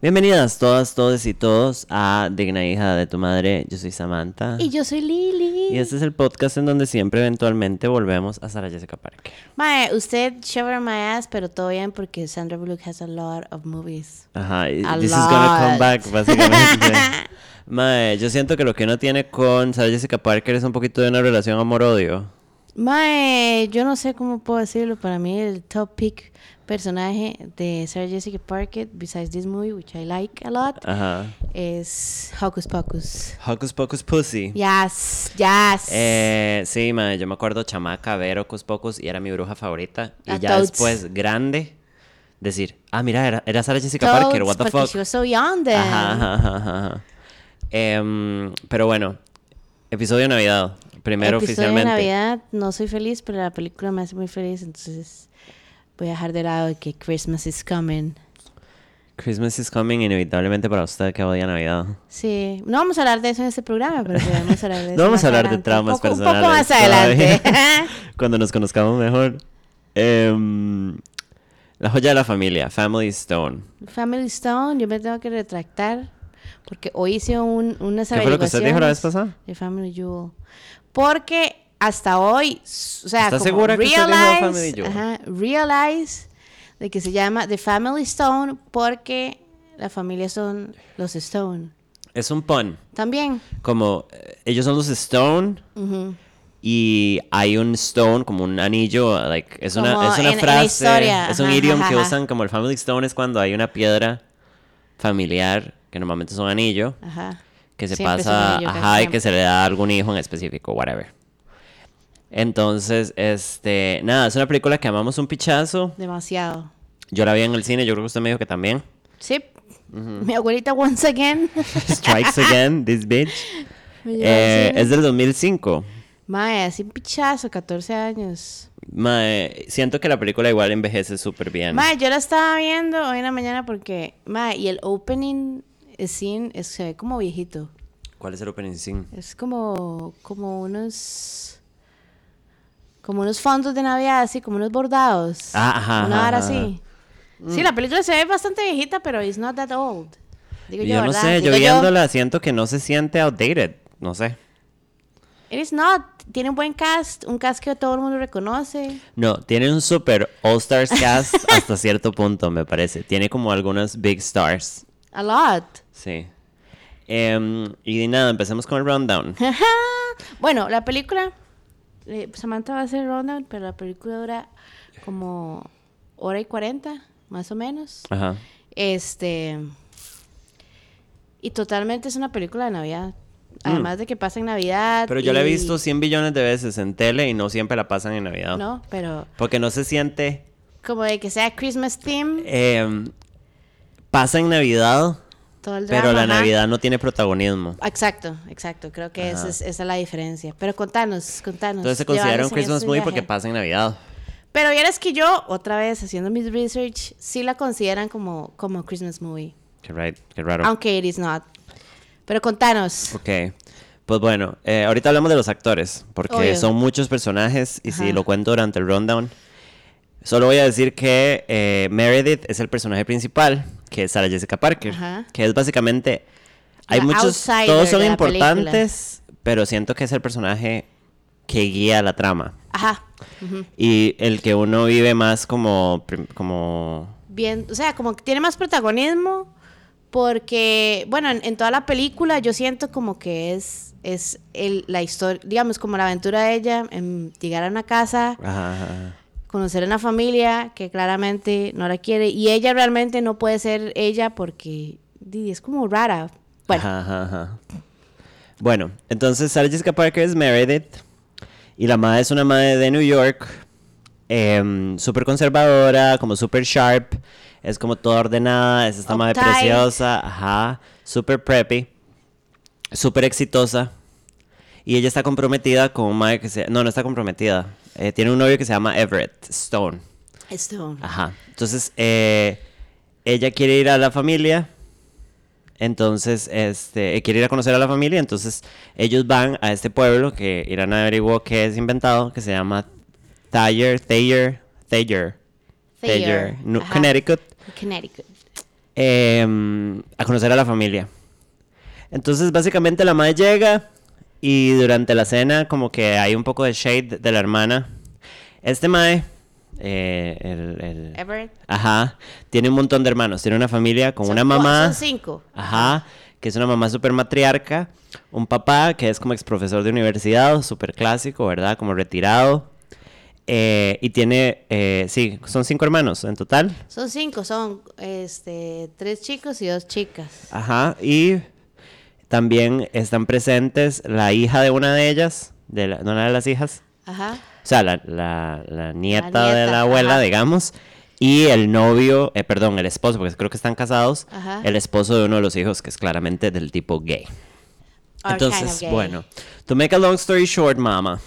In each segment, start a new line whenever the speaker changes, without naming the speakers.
Bienvenidas todas, todos y todos a Digna Hija de tu Madre. Yo soy Samantha.
Y yo soy Lili.
Y este es el podcast en donde siempre eventualmente volvemos a Sara Jessica Parker.
Mae, usted shower my ass, pero todo bien porque Sandra Bullock has a lot of movies.
Ajá, y
A
this is gonna come
lot.
back, básicamente. Mae, yo siento que lo que uno tiene con Sara Jessica Parker es un poquito de una relación amor-odio.
Mae, yo no sé cómo puedo decirlo. Para mí el top pick personaje de Sarah Jessica Parker, besides this movie, which I like a lot,
Ajá.
es Hocus Pocus.
Hocus Pocus Pussy.
Yes, yes.
Eh, sí, mae, yo me acuerdo chamaca ver Hocus Pocus y era mi bruja favorita. Y
A
ya
totes.
después, grande, decir, ah, mira, era, era Sara Jessica
Toads,
Parker, what the
porque
fuck.
she was so young then.
Ajá, ajá, ajá, ajá, ajá. Em, pero bueno, episodio de Navidad, primero
Episodio de
oficialmente.
Navidad, no soy feliz, pero la película me hace muy feliz, entonces voy a dejar de lado que Christmas is coming.
Christmas is coming inevitablemente para usted que odia Navidad.
Sí, no vamos a hablar de eso en este programa, pero sí vamos a hablar de eso.
No vamos
más
a hablar de
adelante.
traumas
un poco,
personales.
Un poco más
todavía,
adelante.
cuando nos conozcamos mejor. Em, la joya de la familia, Family Stone.
Family Stone, yo me tengo que retractar porque hoy hice un, unas
¿Qué fue lo que usted dijo la vez
averiguaciones
pasada?
De Family Jewel. Porque hasta hoy, s- o sea,
¿Estás
como
segura que usted dijo Family Jewel?
ajá, realize de que se llama The Family Stone porque la familia son los Stone.
Es un pun.
También.
Como eh, ellos son los Stone
ujú.
y hay un stone como un anillo like es una
Como
es una
en- en la
frase
historia,
es un
ajá,
idioma
ajá,
que
ajá.
usan como el family stone es cuando hay una piedra familiar que normalmente es un anillo
Ajá.
que se
Siempre es un
pasa
anillo, casi
ajá y
siempre.
que se le da a algún hijo en específico whatever entonces este nada es una película que amamos un pichazo
Demasiado.
yo la vi en el cine yo creo que usted me dijo que también
Sí. Mi abuelita, once again.
strikes again this bitch
Me llevó al
Eh,
cine.
es del 2005
Mae, así pichazo, 14 años.
Mae, siento que la película igual envejece súper bien
Mae, yo la estaba viendo hoy en la mañana porque, mae, y el opening scene es, se ve como viejito.
¿Cuál es el opening scene?
Es como, como unos, como unos fondos de Navidad, así, como unos bordados.
Ah, ajá,
Una
ajá,
vara
ajá.
así. Sí, la película se ve bastante viejita, pero it's not that old. Digo
yo no
¿verdad?
sé, yo
Digo
viéndola siento que no se siente outdated, no sé.
It is not. Tiene un buen cast, un cast que todo el mundo reconoce.
No, tiene un super All Stars cast hasta cierto punto, me parece. Tiene como algunas big stars.
A lot.
Sí. Em, y nada, empecemos con el rundown.
bueno, la película. eh, Samantha va a hacer rundown, pero la película dura como hora y cuarenta, más o menos.
Ajá.
Este. Y totalmente es una película de Navidad. Además de que pasa en Navidad.
Mm. Pero yo la he
y-
visto 100 billones de veces en tele y no siempre la pasan en Navidad.
No, pero
Porque no se siente...
como de que sea Christmas theme,
em, pasa en Navidad,
todo el drama.
pero la
ajá.
Navidad no tiene protagonismo.
Exacto, exacto. Creo que esa
Ajá.
es, esa es la diferencia. Pero contanos, contanos.
Entonces se considera un
llévanos en
Christmas
ese
movie
viaje.
porque pasa en Navidad.
Pero vieras que yo, otra vez haciendo mis research, sí la consideran como, como Christmas movie.
Qué, right, qué raro.
Aunque it is not. Pero contanos.
Ok. Pues bueno, eh, ahorita hablamos de los actores, porque
Obvio.
son muchos personajes y si
Ajá.
lo cuento durante el rundown, solo voy a decir que eh, Meredith es el personaje principal, que es Sarah Jessica Parker,
Ajá.
que es básicamente... Hay
La
muchos,
outsider
todos son
de la
importantes, pero siento que es el personaje que guía la trama
Ajá. ujú.
y el que uno vive más como... prim- como
Bien, o sea, como que tiene más protagonismo porque, bueno, en, en toda la película yo siento como que es, es el, la historia, digamos, como la aventura de ella en llegar a una casa.
ajá, ajá, ajá.
conocer a una familia que claramente no la quiere y ella realmente no puede ser ella porque di, es como rara. Bueno,
Ajá, ajá, ajá. Bueno, entonces Sarah Jessica Parker es Meredith y la madre es una madre de New York, em, súper conservadora, como súper sharp, es como toda ordenada, es esta madre
Uptight.
preciosa, ajá, súper preppy, súper exitosa. Y ella está comprometida con un madre que se... No, no está comprometida. eh, tiene un novio que se llama Everett Stone.
esto.
Ajá. Entonces, eh, ella quiere ir a la familia. Entonces, este, eh, quiere ir a conocer a la familia. Entonces, ellos van a este pueblo que Irán averiguó que es inventado, que se llama Thayer, Thayer, Thayer, Thayer,
Thayer,
Nu-
ajá,
Connecticut.
Connecticut.
em, a conocer a la familia. Entonces, básicamente la madre llega y durante la cena como que hay un poco de shade de la hermana. Este mae, eh, el- el-
Everett.
ajá, tiene un montón de hermanos, tiene una familia con
Son
una
cua-
mamá.
Son cinco.
Ajá, que es una mamá súper matriarca, un papá que es como ex profesor de universidad, súper clásico, ¿verdad? Como retirado. eh, y tiene, eh, sí, son cinco hermanos en total.
Son cinco, son este, tres chicos y dos chicas.
Ajá, y también están presentes la hija de una de ellas, de, la- de una de las hijas,
Ajá.
o sea, la, la- la nieta, de
nieta,
la abuela,
ajá.
digamos, y el novio, eh, perdón, el esposo, porque creo que están casados,
Ajá.
el esposo de uno de los hijos, que es claramente del tipo gay.
Are kind of
Entonces,
gay.
bueno, to make a long story short, mama.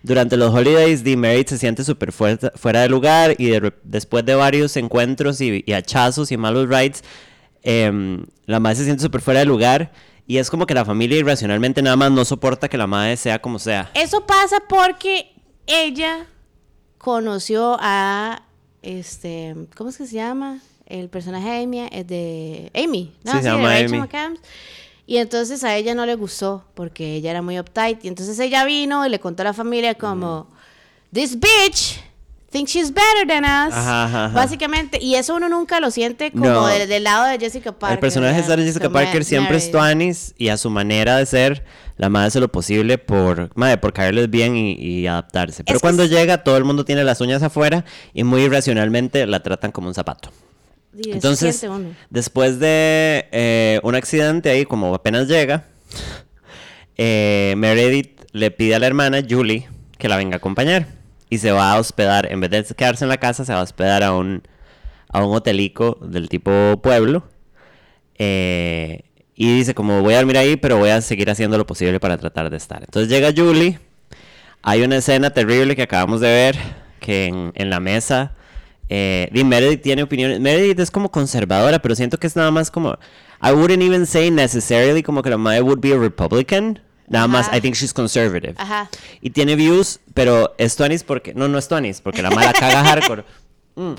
Durante los holidays, Dee Merritt se siente súper fuerza- fuera de lugar y de re- después de varios encuentros y, y hachazos y malos rides, em, la madre se siente súper fuera de lugar y es como que la familia irracionalmente nada más no soporta que la madre sea como sea.
Eso pasa porque ella conoció a este, ¿cómo es que se llama? El personaje de Amy, es de Amy, ¿no?
Sí, se
de
llama
Rachel
Amy.
McAdams. Y entonces a ella no le gustó porque ella era muy uptight y entonces ella vino y le contó a la familia como this bitch thinks she's better than us.
Ajá, ajá, ajá.
Básicamente, y eso uno nunca lo siente como
No.
de- del lado de Jessica Parker.
el personaje de
¿verdad?
Sarah Jessica
So,
Parker
Ma-
siempre es
Meredith.
tuanis y a su manera de ser, la madre hace lo posible por, madre, por caerles bien y, y adaptarse. Pero
Es que
cuando
es-
llega, todo el mundo tiene las uñas afuera y muy irracionalmente la tratan como un zapato.
Y eso
Entonces,
siente uno.
después de eh, un accidente ahí, como apenas llega, eh, Meredith le pide a la hermana Julie que la venga a acompañar. Y se va a hospedar, en vez de quedarse en la casa, se va a hospedar a un, a un hotelico del tipo pueblo. Eh, y dice como voy a dormir ahí, pero voy a seguir haciendo lo posible para tratar de estar. Entonces llega Julie. Hay una escena terrible que acabamos de ver, que en, en la mesa... Eh, y Meredith tiene opiniones. Meredith es como conservadora, pero siento que es nada más como... I wouldn't even say necessarily como que la madre would be a Republican. Nada más,
Ajá.
I think she's conservative.
Ajá.
Y tiene views, pero es Tuanis porque... No, no es Tuanis, porque la mala caga hardcore. Mm.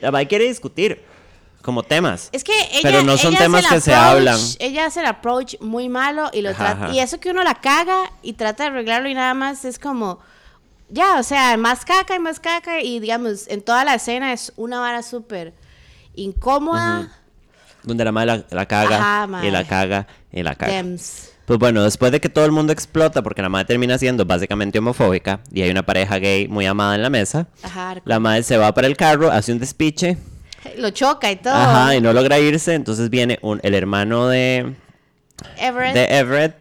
La madre quiere discutir como temas.
Es que ella,
Pero no son
ella hace
temas
el
que se
approach-
hablan.
Ella hace el approach muy malo y lo
Ajá,
trata.
ajá.
Y eso que uno la caga y trata de arreglarlo y nada más es como. Ya, o sea, más caca y más caca. Y digamos, en toda la escena es una vara súper incómoda.
Donde la madre la, la caga
Ajá,
y la
madre.
caga y la caga.
Dems.
Pues bueno, después de que todo el mundo explota porque la madre termina siendo básicamente homofóbica y hay una pareja gay muy amada en la mesa,
Ajá.
la madre se va para el carro, hace un despiche,
Lo choca y todo.
ajá, y no logra irse, entonces viene un- el hermano de,
Everett,
de Everett,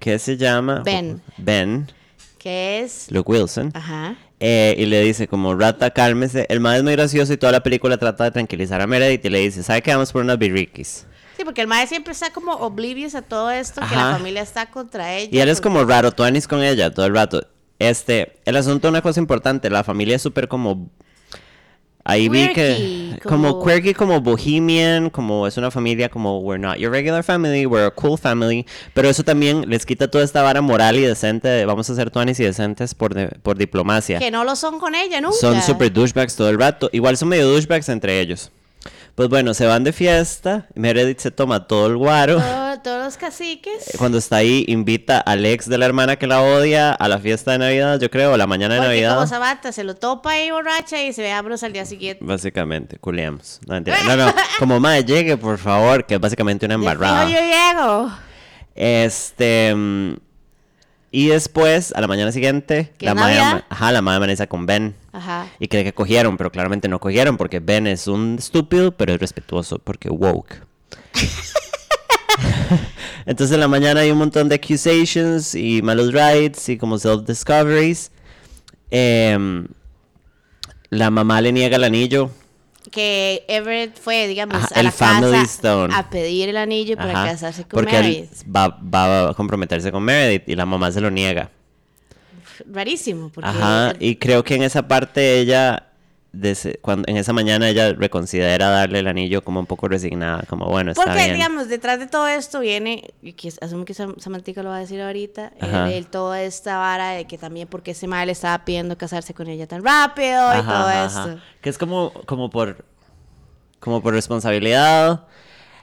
que se llama
Ben.
Ben,
que es.
Luke Wilson,
Ajá.
eh, y le dice como, rata, cálmese, el madre es muy gracioso y toda la película trata de tranquilizar a Meredith y le dice, ¿sabe que vamos por unas birriquis?
Sí, porque el madre siempre está como oblivious a todo esto, que la
Ajá.
familia está contra ella.
Y él es
porque-
como raro, Tuanis con ella todo el rato. Este, el asunto, una cosa importante, la familia es súper como... Ahí vi que...
Quirky,
Como
como-
quirky, como bohemian, como es una familia como we're not your regular family, we're a cool family. Pero eso también les quita toda esta vara moral y decente de vamos a ser Tuanis y decentes por, de- por diplomacia.
Que no lo son con ella nunca.
Son super douchebags todo el rato. Igual son medio douchebags entre ellos. Pues bueno, se van de fiesta, Meredith se toma todo el guaro.
Todo- todos los
eh,
caciques.
Cuando está ahí, invita a Alex de la hermana que la odia a la fiesta de Navidad, yo creo, a la mañana de
Porque como
Navidad.
Sabata se lo topa ahí borracha y se ve a Bruce al día siguiente.
Básicamente, culeamos. No, mentira. no, no, como madre, llegue, por favor, que es básicamente una
No, yo
embarrada.
llego.
Este. mm, Y después, a la mañana siguiente,
¿Que
la
es
madre,
Navidad?
ajá, la madre amanece con Ben.
Ajá.
Y cree que cogieron, pero claramente no cogieron, porque Ben es un estúpido, pero es respetuoso, porque woke. Entonces en la mañana hay un montón de accusations y malos rights y como self-discoveries. Em, la mamá le niega el anillo.
Que Everett fue, digamos,
Ajá,
a
el
la
Family
casa
Stone.
a pedir el anillo para
Ajá,
casarse con
porque él
Mary.
va, va a comprometerse con Meredith y la mamá se lo niega.
Rarísimo, porque
Ajá,
él-
y creo que en esa parte ella, dese- cuando, en esa mañana ella reconsidera darle el anillo como un poco resignada, como bueno, está
porque,
bien.
digamos, detrás de todo esto viene, y que es- asumo que Sam- Samantica lo va a decir ahorita,
Ajá.
el, el- toda esta vara de que también porque ese mal le estaba pidiendo casarse con ella tan rápido y
Ajá,
todo
ajá,
esto.
ajá. Que es como, como por como por responsabilidad.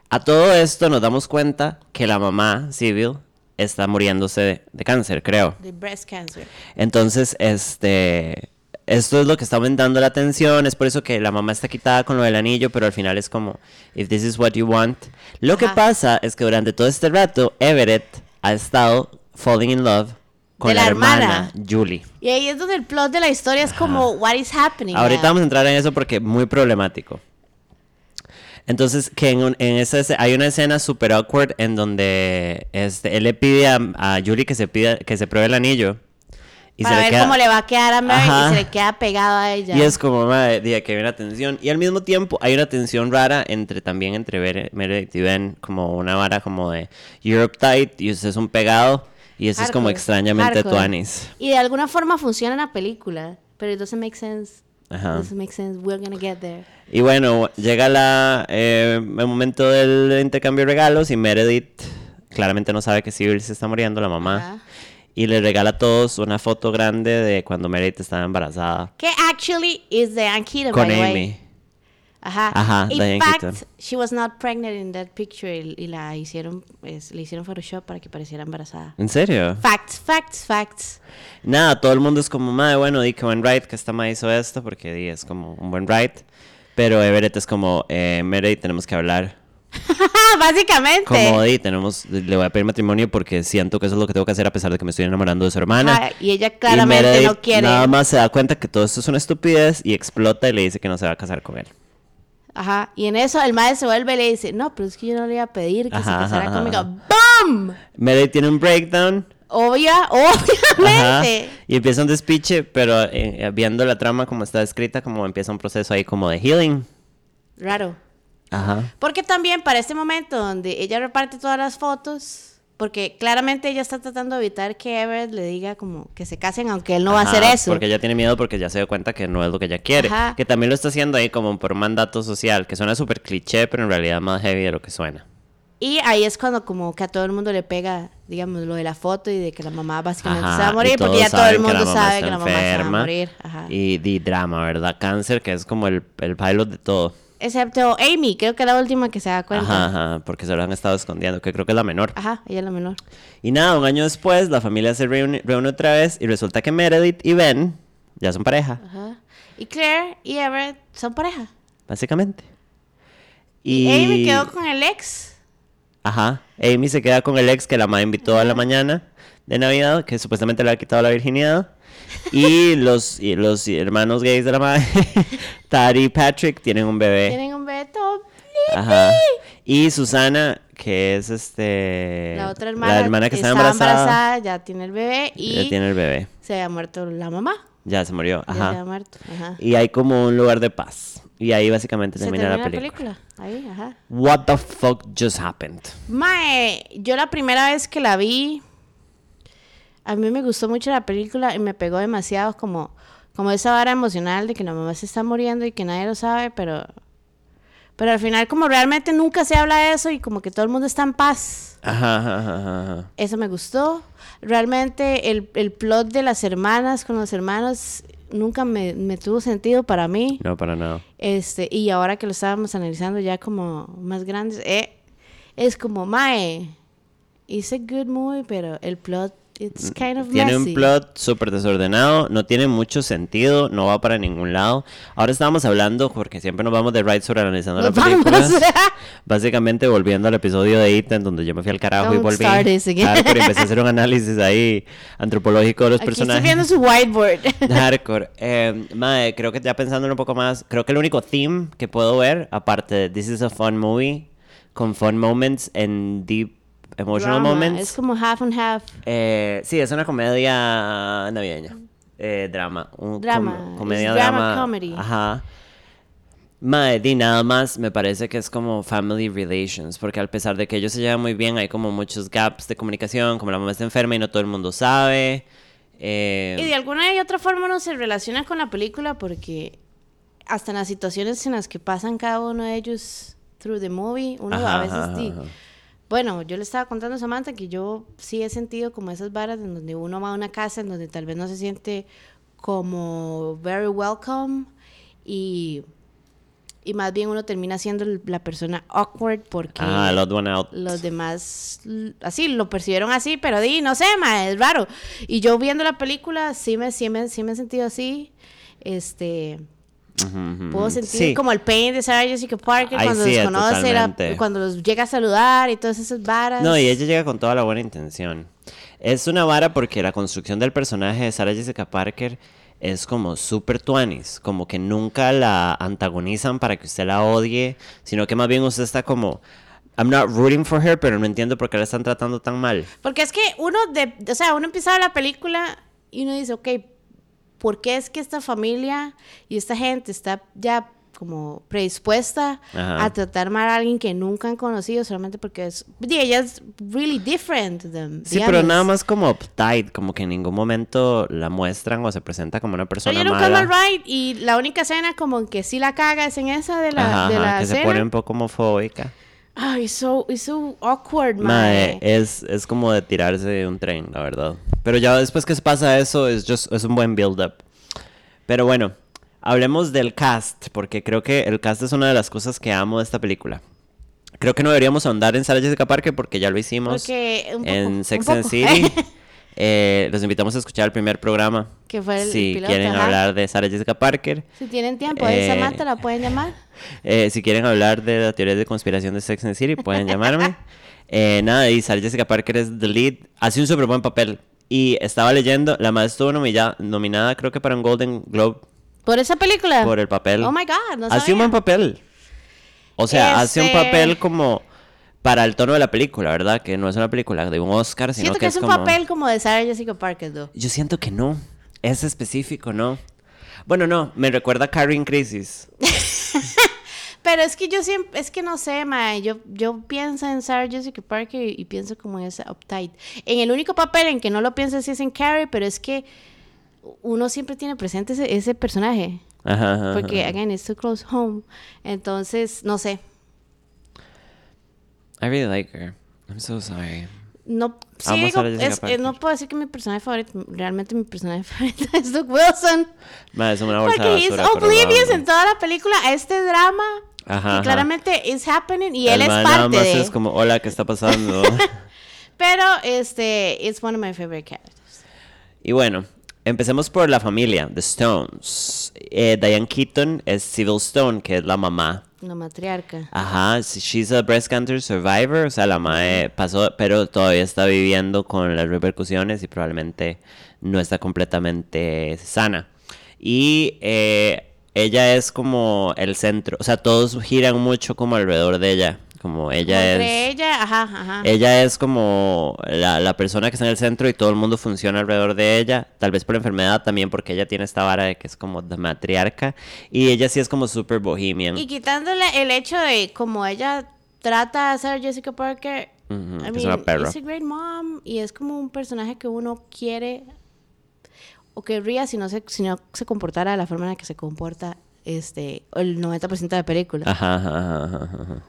A todo esto nos damos cuenta que la mamá, Civil, está muriéndose de, de cáncer, creo.
De breast cancer.
Entonces, este, esto es lo que está aumentando la tensión, es por eso que la mamá está quitada con lo del anillo, pero al final es como, if this is what you want. Lo que
Ajá.
pasa es que durante todo este rato, Everett ha estado falling in love con
De
la,
la
hermana, Julie.
Y ahí es donde el plot de la historia es como, what is happening?
Ahorita
¿verdad?
vamos a entrar en eso porque es muy problemático. Entonces, que en, un- en esa escena- hay una escena super awkward en donde este, él le pide a, a Julie que se, pida, que se pruebe el anillo.
Para ver cómo le va a quedar a Mary
Ajá.
y se le queda pegado a ella.
Y es como, madre, di, que hay una tensión. Y al mismo tiempo hay una tensión rara entre también entre Ver- Meredith y Ben, como una vara como de Europe Tight y usted es un pegado. Y eso es como
Hardcore,
extrañamente
hardcore.
Tuanis.
Y de alguna forma funciona en la película, pero it doesn't make sense.
Ajá.
It doesn't make sense. We're gonna get there.
Y bueno, llega la, eh, el momento del intercambio de regalos y Meredith claramente no sabe que Civil se está muriendo, la mamá.
Ajá.
Y le regala a todos una foto grande de cuando Meredith estaba embarazada
Que actually is Diane Keaton,
con
by the way.
Amy.
Ajá.
Ajá,
In
Diane
fact,
Keaton.
she was not pregnant in that picture y, y la hicieron, es- le hicieron Photoshop para que pareciera embarazada.
¿En serio?
Facts, facts, facts.
Nada, todo el mundo es como, madre, bueno, di que buen ride que esta madre hizo esto, porque di, es como un buen ride. Pero Everett es como, eh, Meredith, tenemos que hablar.
Ah, Básicamente.
Como di, tenemos, le voy a pedir matrimonio porque siento que eso es lo que tengo que hacer a pesar de que me estoy enamorando de su hermana.
Ajá, Ah, y ella claramente
Meredith
no quiere.
Nada más se da cuenta que todo esto es una estupidez y explota y le dice que no se va a casar con él.
Ajá. Y en eso el madre se vuelve y le dice, no, pero es que yo no le iba a pedir que
Ajá,
se casara
ajá,
conmigo.
ajá.
¡Bam!
Meredith tiene un breakdown.
Obvia,
ajá,
obviamente.
y empieza un despiche, pero eh, viendo la trama como está escrita, como empieza un proceso ahí como de healing.
Raro.
Ajá.
Porque también para este momento donde ella reparte todas las fotos, porque claramente ella está tratando de evitar que Everett le diga como que se casen, aunque él no va a
Ajá,
hacer eso.
Porque ella tiene miedo porque ya se dio cuenta que no es lo que ella quiere.
Ajá.
Que también lo está haciendo ahí como por un mandato social, que suena súper cliché, pero en realidad más heavy de lo que suena.
Y ahí es cuando como que a todo el mundo le pega, digamos, lo de la foto y de que la mamá básicamente
Ajá,
se va a morir,
y
porque
todos
ya todo el
saben que la
mundo
mamá
sabe
está
que la mamá se va
enferma.
a morir. Ajá.
Y, di drama, ¿verdad? Cáncer, que es como el, el pilot de todo.
Excepto Amy, creo que es la última que se da
Ajá,
cuenta. Ajá,
ajá, porque se lo han estado escondiendo, que creo que es la menor.
ella es la menor.
Y nada, un año después la familia se reúne, reúne otra vez y resulta que Meredith y Ben ya son pareja,
Ajá. Y Claire y Everett son pareja.
básicamente.
Y...
Y
Amy quedó con el ex.
Ajá. Amy se queda con el ex que la madre invitó a la mañana de Navidad, que supuestamente le ha quitado la virginidad. Y los, y los hermanos gays de la madre, Tari y Patrick, tienen un bebé.
Tienen un beto.
Eh. Ajá. Y Susana, que es este.
La otra hermana,
La hermana que está
estaba
embarazada.
ya tiene el bebé y
Ya tiene el bebé.
se había muerto la mamá.
Ya se murió.
Ya se había
Ajá.
muerto. Ajá.
Y hay como un lugar de paz. Y ahí básicamente
Se
termina,
termina
la película.
Ahí, ajá.
What the fuck just happened?
Mae, yo la primera vez que la vi, a mí me gustó mucho la película y me pegó demasiado como, como esa vara emocional de que la mamá se está muriendo y que nadie lo sabe, pero, pero al final como realmente nunca se habla de eso y como que todo el mundo está en paz.
Ajá, ajá, ajá, ajá.
Eso me gustó. Realmente el, el plot de las hermanas con los hermanos nunca me, me tuvo sentido para mí.
No, para nada.
Este, y ahora que lo estábamos analizando ya como más grandes, eh, es como, mae, it's a good movie, pero el plot, it's kind of
Mm, Tiene
messy.
un plot súper desordenado, no tiene mucho sentido, no va para ningún lado. Ahora estábamos hablando, porque siempre nos vamos de right sobre analizando
Nos
las películas.
vamos.
Básicamente volviendo al episodio de It, en donde yo me fui al carajo y
Don't
volví.
start this again.
Hardcore, empecé a hacer un análisis ahí antropológico de los
Aquí estoy
personajes.
viendo su whiteboard.
Hardcore. Eh, madre, creo que ya pensándolo un poco más, creo que el único theme que puedo ver, aparte de This is a fun movie, con fun moments and deep emotional
Drama,
moments.
Es como half and half.
Eh, sí, es una comedia navideña. Eh, drama. Un
Mm. Drama,
com- comedia,
it's drama
drama.
comedy.
Ajá. Mae, di nada más me parece que es como family relations, porque a pesar de que ellos se llevan muy bien, hay como muchos gaps de comunicación, como la mamá está enferma y no todo el mundo sabe. Eh,
Y de alguna y otra forma no se relaciona con la película porque hasta en las situaciones en las que pasan cada uno de ellos through the movie, uno
Ajá,
a veces
ajá,
di-
ajá.
Bueno, yo le estaba contando a Samantha que yo sí he sentido como esas varas en donde uno va a una casa en donde tal vez no se siente como very welcome y Y más bien uno termina siendo el- la persona awkward porque
Ah, el odd one out.
los demás l- así lo percibieron así, pero di, no sé, ma, es raro. Y yo viendo la película sí me, sí me, sí me he sentido así. Este,
Ujú, ujú.
puedo sentir
Mm, Sí.
como el pain de Sarah Jessica Parker
Ay,
cuando
sí,
los conoce, la-
totalmente.
cuando los llega a saludar y todas esas varas.
No, y ella llega con toda la buena intención. Es una vara porque la construcción del personaje de Sarah Jessica Parker es como súper tuanis, como que nunca la antagonizan para que usted la odie, sino que más bien usted está como, I'm not rooting for her, pero no entiendo por qué la están tratando tan mal.
Porque es que uno, de, o sea, uno empieza a ver la película y uno dice, ok, ¿por qué es que esta familia y esta gente está ya como predispuesta
Ajá.
a tratar mal a alguien que nunca han conocido solamente porque es... di, Ella es really different. de them,
Sí,
digamos.
pero nada más como uptight, como que en ningún momento la muestran o se presenta como una
Pero
persona
yo nunca
mala.
mal right y la única escena como en que sí la caga es en esa de la,
Ajá,
de
ajá,
la
que se
cena.
pone un poco homofóbica.
Ay, it's so, it's so awkward,
Mae,
mae.
eh, es, es como de tirarse de un tren, la verdad. Pero ya después que se pasa eso, es, just- es un buen build-up. Pero bueno, hablemos del cast, porque creo que el cast es una de las cosas que amo de esta película. Creo que no deberíamos ahondar en Sarah Jessica Parker porque ya lo hicimos
Porque un poco,
en
un
Sex
poco.
and City. Eh, los invitamos a escuchar el primer programa.
Que fue el- el
si
piloto,
quieren
ajá.
hablar de Sarah Jessica Parker.
Si tienen tiempo, ahí
Eh,
Samantha la pueden llamar.
Eh, si quieren hablar de la teoría de conspiración de Sex and the City, pueden llamarme. Eh, nada, y Sarah Jessica Parker es the lead. Hace un súper buen papel. Y estaba leyendo, la madre estuvo nomilla- nominada, creo que para un Golden Globe
¿Por esa película?
por el papel.
Oh my God, no
Hace un
sabía.
buen papel. O sea, hace un
Este-
papel como para el tono de la película, ¿verdad? Que no es una película de un Oscar, sino
Siento que, es, un
como...
papel como de Sarah Jessica Parker, though.
Yo siento que no. Es específico, ¿no? Bueno, no, me recuerda a Carrie en Crisis.
Pero es que yo siempre, es que no sé, mae, yo, yo pienso en Sarah Jessica Parker y, y pienso como en esa uptight. En el único papel en que no lo pienso sí es en Carrie, pero es que uno siempre tiene presente ese, ese personaje.
Ajá, ajá,
Porque,
ajá.
again, it's too close home. Entonces, no sé.
I really like her. I'm so sorry.
No, sí
Amo a
digo,
Sarah Jessica
es- eh,
Parker.
no puedo decir que mi personaje favorito, realmente mi personaje favorito es Doug Wilson.
Madre, es una bolsa de
Porque es
basura, pero
oblivious
lo amo.
en toda la película a este drama
Ajá,
que
ajá.
claramente is happening y
El
él es
mae
parte
nada más
de.
es como, "Ah, hola, ¿qué está pasando?
Pero este it's one of my favorite characters.
y bueno, empecemos por la familia, The Stones. Eh, Diane Keaton es Civil Stone, que es la mamá.
La matriarca.
Ajá, s- she's a breast cancer survivor, o sea, la mae pasó, pero todavía está viviendo con las repercusiones y probablemente no está completamente sana. Y eh, ella es como el centro, o sea, todos giran mucho como alrededor de ella, como ella
Como
es... Eh,
Entre ella, ajá, ajá.
Ella es como la, la persona que está en el centro y todo el mundo funciona alrededor de ella, tal vez por enfermedad también porque ella tiene esta vara de que es como de matriarca y ella sí es como super bohemian.
Y quitándole el hecho de como ella trata a ser Jessica Parker.
Ujú,
I
que es una
mean,
perra.
it's a great mom y es como un personaje que uno quiere o querría si no se, si no se comportara de la forma en la que se comporta este el 90% de la película.
Ajá, ajá, ajá, ajá, ajá.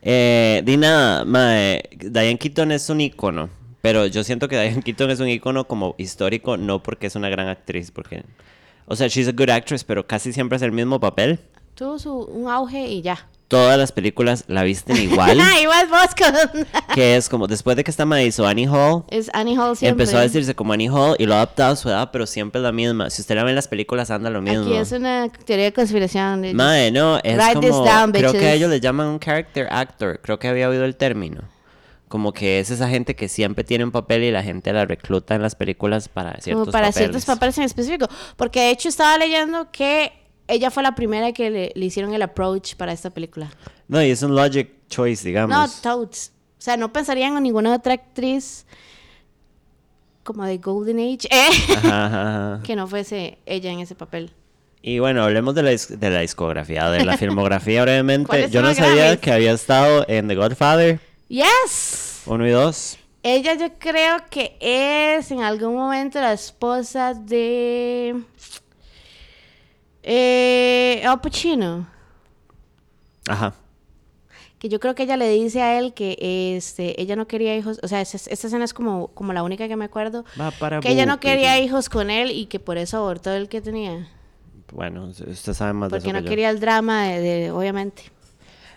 Eh, di nada, mae, Diane Keaton es un ícono, pero yo siento que Diane Keaton es un ícono como histórico, no porque es una gran actriz, porque... O sea, she's a good actress, pero casi siempre es el mismo papel.
Tuvo su, un auge y ya.
Todas las películas la visten igual.
Igual Bosco.
que es como después de que esta madre hizo Annie Hall,
es Annie Hall siempre.
empezó a decirse como Annie Hall y lo ha adaptado a su edad, pero siempre es la misma. Si usted la ve en las películas, anda lo mismo.
Aquí es una teoría de conspiración. de-
Mae, no, es
Write this
como,
down,
creo que a
bitches.
ellos le llaman un character actor, creo que había oído el término. Como que es esa gente que siempre tiene un papel y la gente la recluta en las películas para
como
ciertos
para
papeles.
ciertos papeles en específico. Porque de hecho estaba leyendo que ella fue la primera que le, le hicieron el approach para esta película.
No, y es un logic choice,
No,
digamos.
Toads. O sea, no pensarían en ninguna otra actriz como de Golden Age eh,
Ajá, ajá, ajá.
que no fuese ella en ese papel.
Y bueno, hablemos de la, dis- de la discografía, de la filmografía brevemente.
¿Cuáles
Yo
son
no
los
sabía
Grammys?
que había estado en The Godfather
¡Yes!
1 y 2.
Ella yo creo que es en algún momento la esposa de eh, Al Pacino.
Ajá.
Que yo creo que ella le dice a él que este, ella no quería hijos. O sea, esa- esta escena es como, como la única que me acuerdo.
Va para
Que ella no
Bupi.
quería hijos con él y que por eso abortó el que tenía.
Bueno, usted sabe más de
Porque
eso
no
que yo.
quería el drama de, de- obviamente.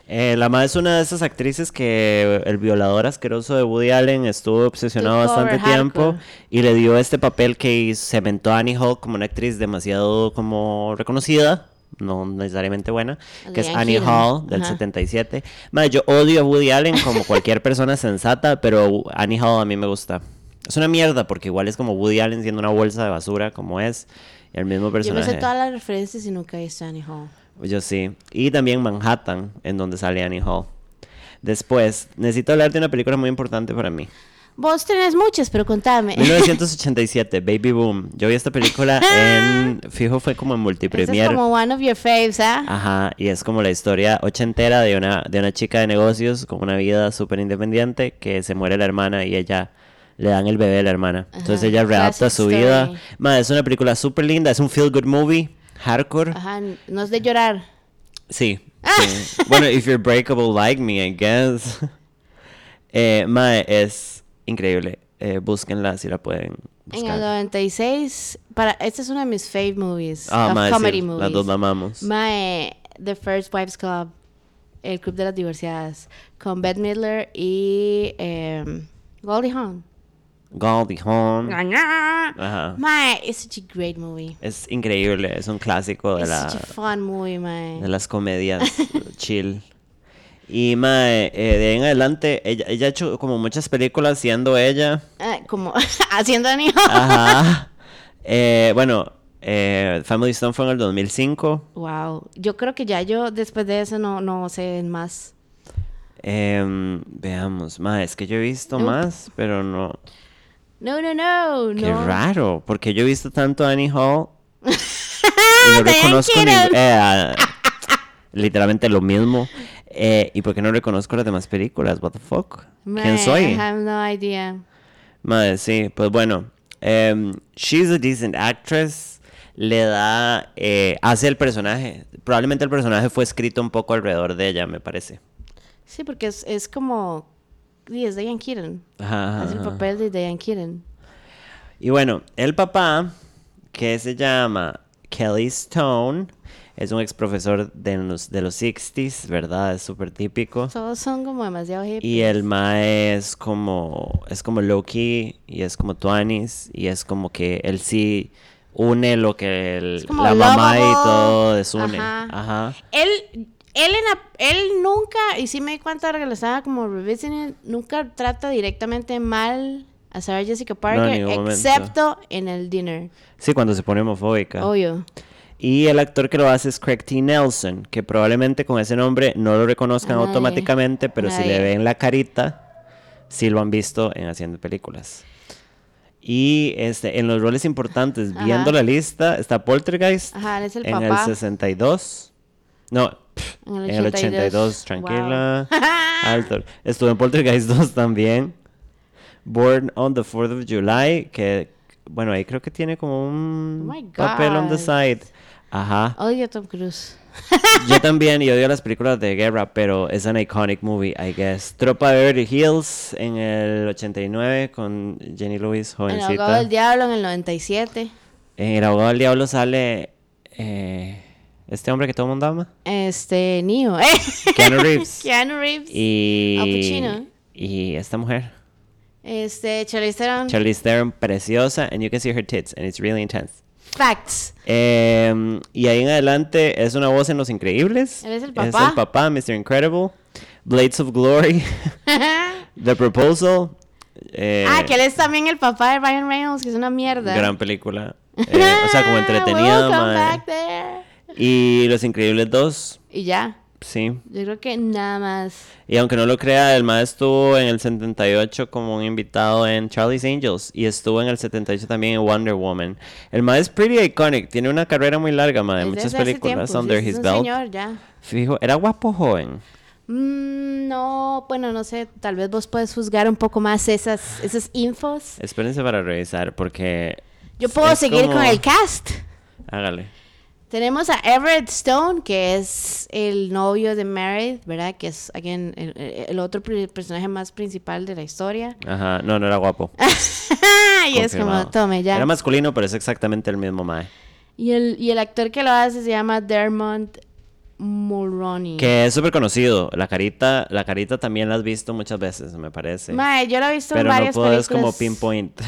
Eh, la madre es una de esas actrices que el violador asqueroso de Woody Allen estuvo obsesionado
Took over
bastante tiempo
hardcore.
y le dio este papel que cementó a Annie Hall como una actriz demasiado como reconocida, no necesariamente buena,
La
que es
de
Annie
Anne
Hall
Hill,
del
ajá.
77. Madre, yo odio a Woody Allen como cualquier persona sensata, pero Annie Hall a mí me gusta. Es una mierda porque igual es como Woody Allen siendo una bolsa de basura como es y el mismo
Yo me
personaje.
sé todas las referencias y nunca he visto Annie Hall.
Yo sí. Y también Manhattan, en donde sale Annie Hall. Después, necesito hablar de una película muy importante para mí.
Vos tenés muchas, pero contame.
1987, Baby Boom. Yo vi esta película en... Fijo, fue como en
Esa es
multipremier.
como one of your faves, ¿ah?
Ajá, y es como la historia ochentera de una, de una chica de negocios con una vida súper independiente que se muere la hermana y ella le dan el bebé a la hermana. Entonces
Ajá,
ella readapta
classic
su vida.
story.
Ma, es una película súper linda, es un feel good movie, hardcore.
Ajá, no es de llorar.
Sí.
Ah.
sí. bueno, if you're breakable like me, I guess. Eh, mae, es increíble. Eh, búsquenla si la pueden
En el
buscar.
96, para, esta es una de mis fave movies,
Ah,
of
mae, sí,
comedy
las dos la
movies.
amamos.
Mae, The First Wives Club, el club de las diversidades, con Bette Midler y em, Goldie Hawn.
Goldie Hawn. Ajá.
Ajá. Mae, it's such a great movie.
Es increíble, es un clásico de,
It's
la,
such a fun movie, mae.
de las comedias chill. Y mae, eh, de ahí en adelante, ella, ella ha hecho como muchas películas siendo ella.
Ah, como haciendo anillo.
Ajá. Eh, bueno, eh, Family Stone fue en el 2005.
Wow, yo creo que ya yo después de eso no, no sé más.
Em, veamos, ma, es que yo he visto
Nope.
más, pero no.
No, no, no,
Qué
no.
raro, porque yo he visto tanto a Annie Hall y no
Thank
reconozco
you,
ni-
no.
eh, ah, literalmente lo mismo. Eh, ¿Y por qué no reconozco las demás películas? ¿What the fuck? ¿Quién
Mae,
soy?
I have no idea.
Madre, sí, pues bueno. em, she's a decent actress. Le da. eh, hace el personaje. Probablemente el personaje fue escrito un poco alrededor de ella, me parece.
Sí, porque es, es como. Sí, es Diane Keaton.
Ajá,
Hace el
ajá, ajá.
papel de Diane Keaton.
Y bueno, el papá, que se llama Kelly Stone, es un ex profesor de los, de los 60s, ¿verdad? Es súper típico.
Todos son como demasiado hippie.
Y el mae es como, es como Loki y es como Tuanis y es como que él sí une lo que el-
Es como
la mamá y
lovable.
todo desune.
Ajá.
Ajá.
Él. Él, en la- él nunca, y sí me di cuenta ahora que lo estaba como revisiting, nunca trata directamente mal a Sarah Jessica Parker,
ningún momento.
excepto en el dinner.
Sí, cuando se pone homofóbica.
Obvio.
Y el actor que lo hace es Craig T. Nelson, que probablemente con ese nombre no lo reconozcan
Nadie.
automáticamente, pero si le
Nadie.
ven la carita, sí lo han visto en haciendo películas. Y este, en los roles importantes,
Ajá.
viendo la lista, está Poltergeist
Ajá, él es el
en
papá.
el 62. No, pff,
En el
en el 82,
82,
tranquila.
wow.
Alto. Estuvo en Poltergeist 2 también. Born on the 4th of July, que bueno, ahí creo que tiene como un
Oh my
papel on the
God.
side. Ajá.
Odio a Tom Cruise.
Yo también, y odio las películas de guerra, pero es an iconic movie, I guess. Tropa de Beverly Hills en el 89 con Jenny Lewis,
En El abogado
jovencita.
del diablo en el 97.
En El abogado del diablo sale eh, este hombre que todo el mundo ama.
Este, Neo. ¿eh?
Keanu Reeves.
Keanu Reeves.
Y,
Al Pacino.
y esta mujer,
Este, Charlize Theron.
Charlize Theron, preciosa, and you can see her tits, and it's really intense.
Facts.
Em, y ahí en adelante es una voz en Los Increíbles.
Él es el
Es
papá.
el papá, Mr. Incredible. Blades of Glory. The Proposal. eh,
ah, que él es también el papá de Ryan Reynolds, que es una mierda.
Gran película. Eh, o sea, como entretenida, eh.
Welcome
mae.
back there.
Y Los Increíbles 2,
Y ya.
sí.
Yo creo que nada más.
Y aunque no lo crea, el maestro estuvo en el 78 como un invitado en Charlie's Angels y estuvo en el 78 también en Wonder Woman. El maestro es pretty iconic, tiene una carrera muy larga, mae,
Desde
muchas
hace
películas
tiempo, sí,
under
es
his
un
belt.
señor ya.
Fijo, era guapo joven.
Mm, no, bueno, no sé. Tal vez vos puedes juzgar un poco más esas, esas infos.
Espérense para revisar porque
Yo puedo
es
seguir
como-
con el cast.
Hágale.
Tenemos a Everett Stone, que es el novio de Meredith, ¿verdad? Que es again, el, el otro pri- personaje más principal de la historia.
Ajá, no, no era guapo.
y es como,
Confirmado.
tome ya.
Era masculino, pero es exactamente el mismo mae.
Y el, y el actor que lo hace se llama Dermot Mulroney.
Que es súper conocido. La carita, la carita también la has visto muchas veces, me parece.
Mae, yo lo he visto en
Pero no
varias
puedes
películas.
como pinpoint.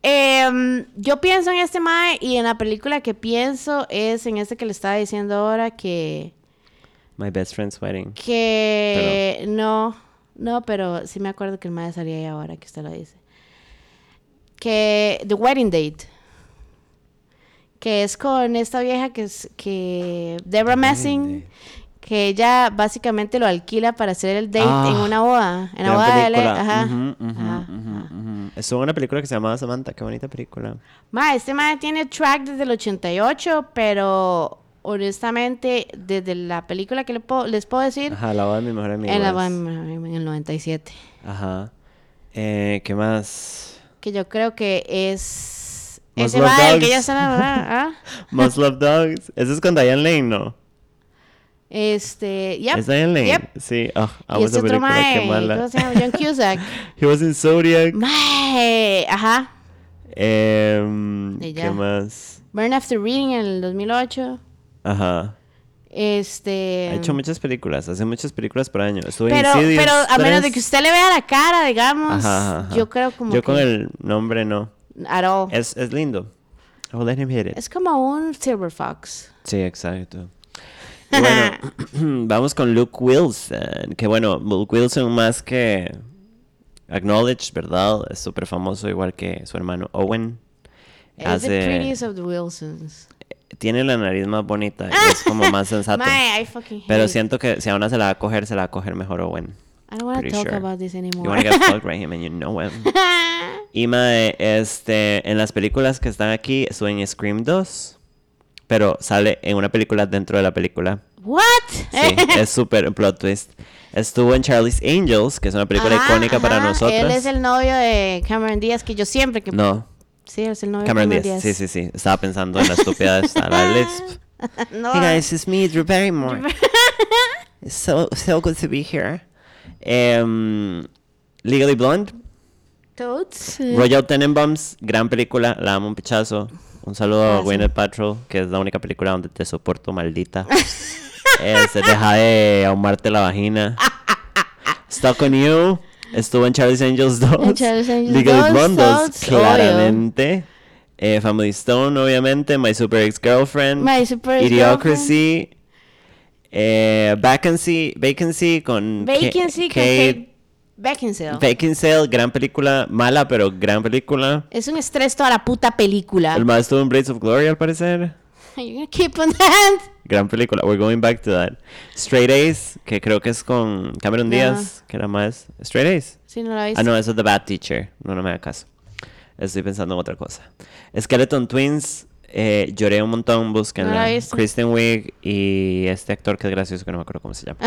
Em, yo pienso en este mae y en la película que pienso es en este que le estaba diciendo ahora que...
My best friend's wedding.
Que no, no, pero sí me acuerdo que el mae salía ahí ahora que usted lo dice. Que The Wedding Date. Que es con esta vieja que es que Deborah Messing, que ella básicamente lo alquila para hacer el date
Ah,
en una boda, en la
Gran
boda de L.A.
película.
Ajá.
Ujú, ujú,
ajá,
ujú,
ajá.
ujú. Estuvo en una película que se llamaba Samantha. Qué bonita película.
Ma, este mae tiene track desde el 88, pero honestamente desde la película que le puedo- les puedo decir
Ajá, la boda de mi mejor amigo.
en, la-
es.
en el 97.
Ajá. Eh, ¿Qué más?
que yo creo que es
Más
ese
Love
va el que
Dogs.
ya está ah, ah.
Most Love Dogs. Ese es con Diane Lane, ¿no?
este yep,
¿Es Diane Lane?
yep.
Sí. Ah,
y
amo
este
esa
otro
película.
mae
Qué
¿cómo
mala.
se llama? John Cusack
He was in Zodiac.
mae ajá
Em, ¿Qué
Y ya.
más?
Burn After Reading en el 2008
Ajá.
este
Ha hecho muchas películas. Hace muchas películas por año. Estuvo en
pero
Insidious
pero a menos de
3.
que usted le vea la cara digamos
Ajá, ajá, ajá.
yo creo como
Yo con
que-
el nombre no.
at all.
Es,
Es...
es lindo. I will let him hit it.
como un Silver Fox
Sí, exacto. Y Bueno, vamos con Luke Wilson. Que bueno, Luke Wilson más que acknowledged, ¿verdad? Es súper famoso, igual que su hermano Owen.
es the
Hace-
prettiest of the Wilsons
Tiene la nariz más bonita y es como más sensato.
mae I fucking hate
Pero
it.
siento que si a una se la va a coger, se la va a coger mejor Owen.
I don't want to
pretty
talk
sure.
about this
You
anymore
wanna get fucked by him and you know him. Y mae, este, en las películas que están aquí, estuvo en Scream 2, pero sale en una película dentro de la película.
What?
Sí, es súper plot twist. Estuvo en Charlie's Angels, que es una película
Ajá,
icónica para
Ah, ajá.
nosotros.
Él es el novio de Cameron Díaz, que yo siempre que...
No,
Sí, él es el novio
Cameron
de
Díaz. Sí, sí, sí. Estaba pensando en la estúpida esta, la Lisp.
No, ah. eh.
Hey guys, it's me, Drew Barrymore. It's so, so good to be here. Em, Legally Blonde,
Toads.
Royal Tenenbaums, gran película, la amo un pichazo. Un saludo
Ah,
a
sí.
Gwyneth Paltrow, que es la única película donde te soporto, maldita. Eh, se deja de ahumarte la vagina. Stuck on You, estuvo en Charlie's Angels 2.
En Charlie's Angels
Legally
2,
Blonde 2,
Suits,
claramente. Eh, Family Stone, obviamente. My Super Ex-Girlfriend.
My Super Ex-Girlfriend.
Idiocracy. Eh, Vacancy, Vacancy con Ka-
Vacancy con Kate Beckinsale.
Beckinsale, gran película, mala pero gran película.
es un estrés toda la puta película.
El más estuvo en Blades of Glory al parecer.
You're gonna keep on that.
Gran película, we're going back to that. Straight Ace, que creo que es con Cameron
No.
Díaz, que era más. Straight Ace.
Sí, no la viste.
Ah, no, eso es The Bad Teacher. No, no me haga caso. Estoy pensando en otra cosa. Skeleton Twins, eh, lloré un montón,
No
búsquenla.
la he visto.
Kristen Wiig y este actor que es gracioso, que no me acuerdo cómo se llama.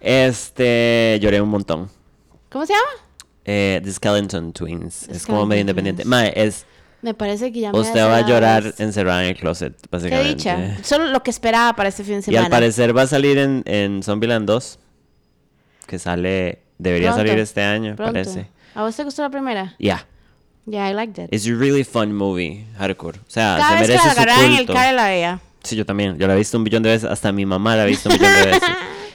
este, lloré un montón.
¿Cómo se llama?
Eh, The Skeleton Twins. es como
Skeleton
medio independiente.
Twins.
Mae, es.
Me parece que ya me
Usted
hace
va a
la
llorar
vez.
encerrada en el closet,
Qué
básicamente.
dicha. Solo lo que esperaba para este fin de
Y
semana.
al parecer va a salir en, en Zombieland 2. Que sale. Debería
Pronto,
salir este año,
Pronto.
parece.
¿A vos te gustó la primera?
Yeah.
Yeah, I liked it.
It's a really fun movie, hardcore. O sea,
Cada
ah, se
vez que
merece
la agarraban
su
en el
culto.
cara la veía.
Sí, yo también. Yo la he visto un billón de veces. Hasta mi mamá la ha visto un billón de veces.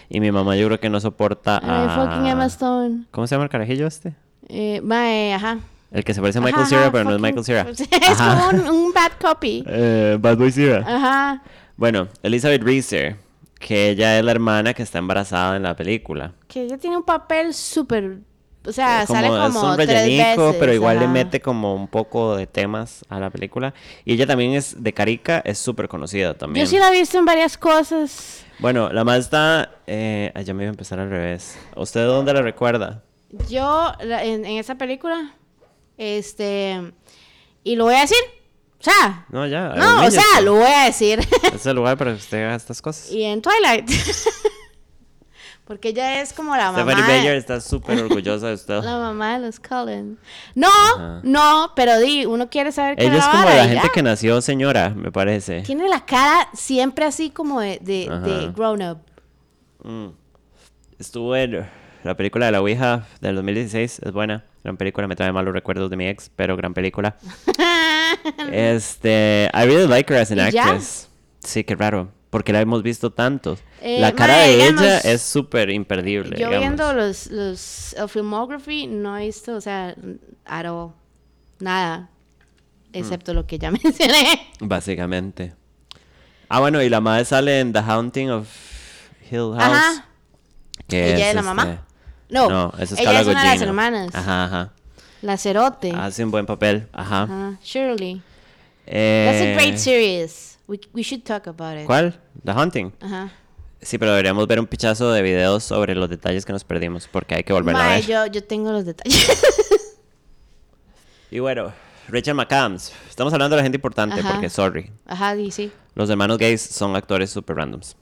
Y mi mamá yo creo que no soporta
Ay, fucking Emma
a...
Stone.
¿Cómo se llama el carajillo este?
Eh, mae, ajá.
El que se parece a Michael
Ajá,
Cera,
ajá,
pero no es
fucking-
Michael Cera.
Es como un, un bad copy.
Eh, Bad Boy Cera.
Ajá.
Bueno, Elizabeth Reeser, que ella es la hermana que está embarazada en la película.
Que ella tiene un papel súper. O sea,
Como-
Ah, sale como.
es un
tres
rellenico,
veces,
pero igual le
ajá.
mete como un poco de temas a la película. Y ella también es de Carica, es súper conocida también.
Yo sí la he visto en varias cosas.
Bueno, la más está... Eh, ay, ya me iba a empezar al revés. ¿Usted dónde la recuerda?
Yo, la- en, en esa película. Este. Y lo voy a decir. O sea.
No, ya. a
No,
los
o sea,
niños, ¿no?
lo voy a decir.
Es el lugar para que usted haga estas cosas.
y en Twilight. Porque ella es como la
Stephanie
mamá.
Bayer está súper orgullosa de usted.
La mamá de los Cullen. No,
Ajá.
no, pero di, uno quiere saber qué
Ella
era
es como
vara
la
y
gente
ya.
que nació señora, me parece.
Ah, Tiene la cara siempre así como de, de,
Ajá.
de grown up.
Mm. Estuvo en la película de la Ouija del 2016 es buena. Gran película, me trae malos recuerdos de mi ex, pero gran película. este, I really like her as an
¿Y ya?
actress. Sí, qué raro, porque la hemos visto tantos.
Eh,
la cara
mae,
de
digamos,
ella es súper imperdible.
Yo
digamos.
viendo los, los el filmography no he visto, o sea, at all, nada, excepto
Hmm.
lo que ya mencioné.
Básicamente. Ah, bueno, y la madre sale en The Haunting of Hill House.
Ajá.
que este,
¿Ella es la mamá? No,
esa
ella
Carla
es una de las
Gugino.
hermanas.
Ajá, Ah, ajá.
Lacerote.
Hace un buen papel. Ajá.
Ajá, Shirley.
Eh,
That's a great series. We, we should talk about it.
¿Cuál? The Haunting.
Ajá.
Sí, pero deberíamos ver un pichazo de videos sobre los detalles que nos perdimos, porque hay que volverla a
Mae,
ver.
yo, yo tengo los detalles.
Y bueno, Richard McAdams. Estamos hablando de la gente importante,
Ajá.
porque sorry.
Ajá, y sí.
Los hermanos gays son actores super randoms.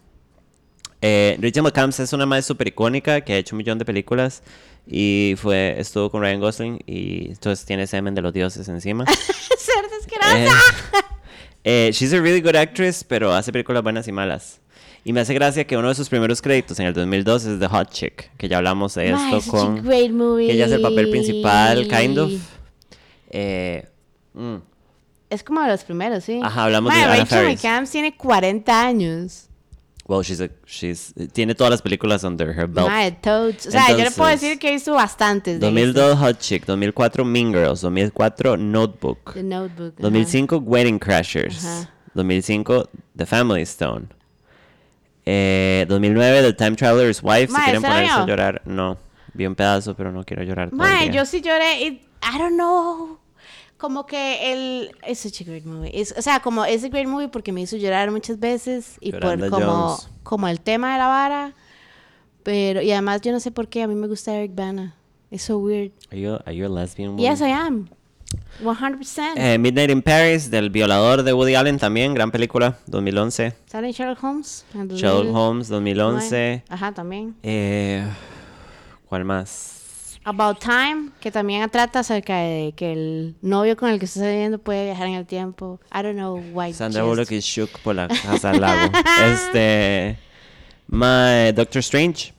Eh, Rachel McAdams es una madre super icónica que ha hecho un millón de películas y fue estuvo con Ryan Gosling y entonces tiene semen de los dioses encima.
Ser
Eh,
desgracia.
eh, she's a really good actress, pero hace películas buenas y malas. Y me hace gracia que uno de sus primeros créditos en el 2002 es The Hot Chick, que ya hablamos de esto
Mae, such a
con
great movie.
que ella es el papel principal, kind of. Eh, mm.
Es como de los primeros, sí.
Ajá, hablamos de
Mae,
Anna
Rachel
Faris.
McAdams tiene 40 años.
Well, she's a- she's tiene todas las películas under her belt.
Mae, toads. O sea, yo le puedo
Entonces,
decir que he visto bastantes. de
2002 Hot Chick, 2004 Mean Girls, 2004 Notebook,
esas. The Notebook. ajá.
2005 Wedding Crashers,
Ajá.
2005 The Family Stone, eh, 2009 The Time Traveler's Wife.
Mae,
si quieren
¿se la
ponerse a
vio?
llorar, no. Vi un pedazo, pero no quiero llorar. todo el
Mae,
día.
yo sí lloré. y- I don't know. Como que el. Es such a great movie. Es- o sea, como es a great movie porque me hizo llorar muchas veces y
Yolanda
por como,
Jones.
como el tema de la vara. Pero, y además, yo no sé por qué a mí me gusta Eric Bana. Es so weird.
Are you, are you a lesbian woman?
Yes, I am. 100%.
Eh, Midnight in Paris, del violador de Woody Allen también, gran película, 2011.
¿Sale Sherlock Holmes? en el
Sherlock
2009.
Holmes, 2011.
Ajá, también.
Eh, ¿Cuál más?
About Time, que también trata acerca de que el novio con el que está saliendo puede viajar en el tiempo. I don't know why.
Sandra
just-
Bullock y Shook por la casa al lago. Este. My Doctor Strange.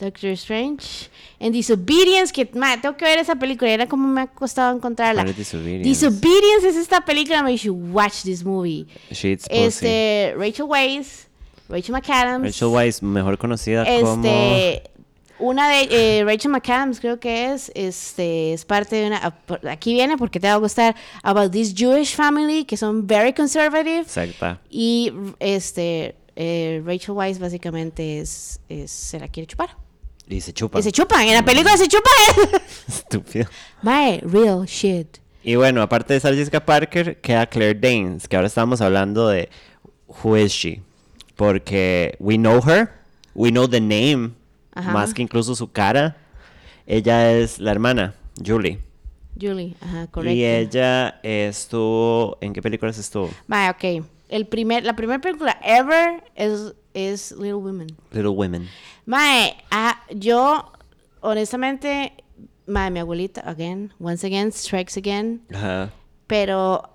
Doctor Strange. En Disobedience, que ma, tengo que ver esa película. Era como me ha costado encontrarla.
¿Cuál es Disobedience?
Disobedience es esta película. You should watch this movie.
Sheets Pussy.
Este, Rachel Weisz, Rachel McAdams.
Rachel Weisz, mejor conocida como.
Este, una de eh, Rachel McAdams, creo que es, este, es parte de una. ah, por- Aquí viene porque te va a gustar. About this Jewish family, que son very conservative.
Exacta.
Y este, eh, Rachel Weisz básicamente es, es- se la quiere chupar.
Y se chupa.
Y se chupan, en la película se chupan.
Estúpido.
Mae, real shit.
Y bueno, aparte de Sarah Jessica Parker, queda Claire Danes, que ahora estábamos hablando de Who is she? Porque we know her, we know the name,
Ajá.
más que incluso su cara. Ella es la hermana, Julie.
Julie, ajá, correcto.
Y ella eh, estuvo. ¿En qué películas estuvo?
Mae, ok. El primer, la primera película ever es, es Little Women.
Little Women.
Mae, ah, yo, honestamente, mae, mi abuelita, again, once again, strikes again.
Ajá.
Pero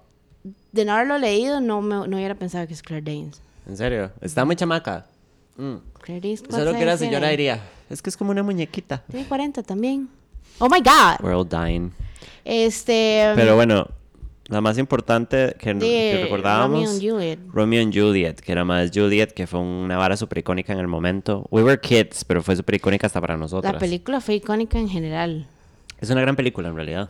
de no haberlo leído, no, me, no hubiera pensado que es Claire Danes.
¿En serio? Está muy chamaca. Mm.
Claire Danes, ¿cuántos
Solo que la
años tiene?
señora diría. Es que es como una muñequita.
Tiene 40 también. Oh my God.
We're all dying.
Este.
Pero bueno, la más importante que,
de
que recordábamos.
Romeo and Juliet.
Romeo and Juliet, que era más Juliet, que fue una vara super icónica en el momento. We were kids, pero fue super icónica hasta para nosotros.
La película fue icónica en general.
Es una gran película en realidad.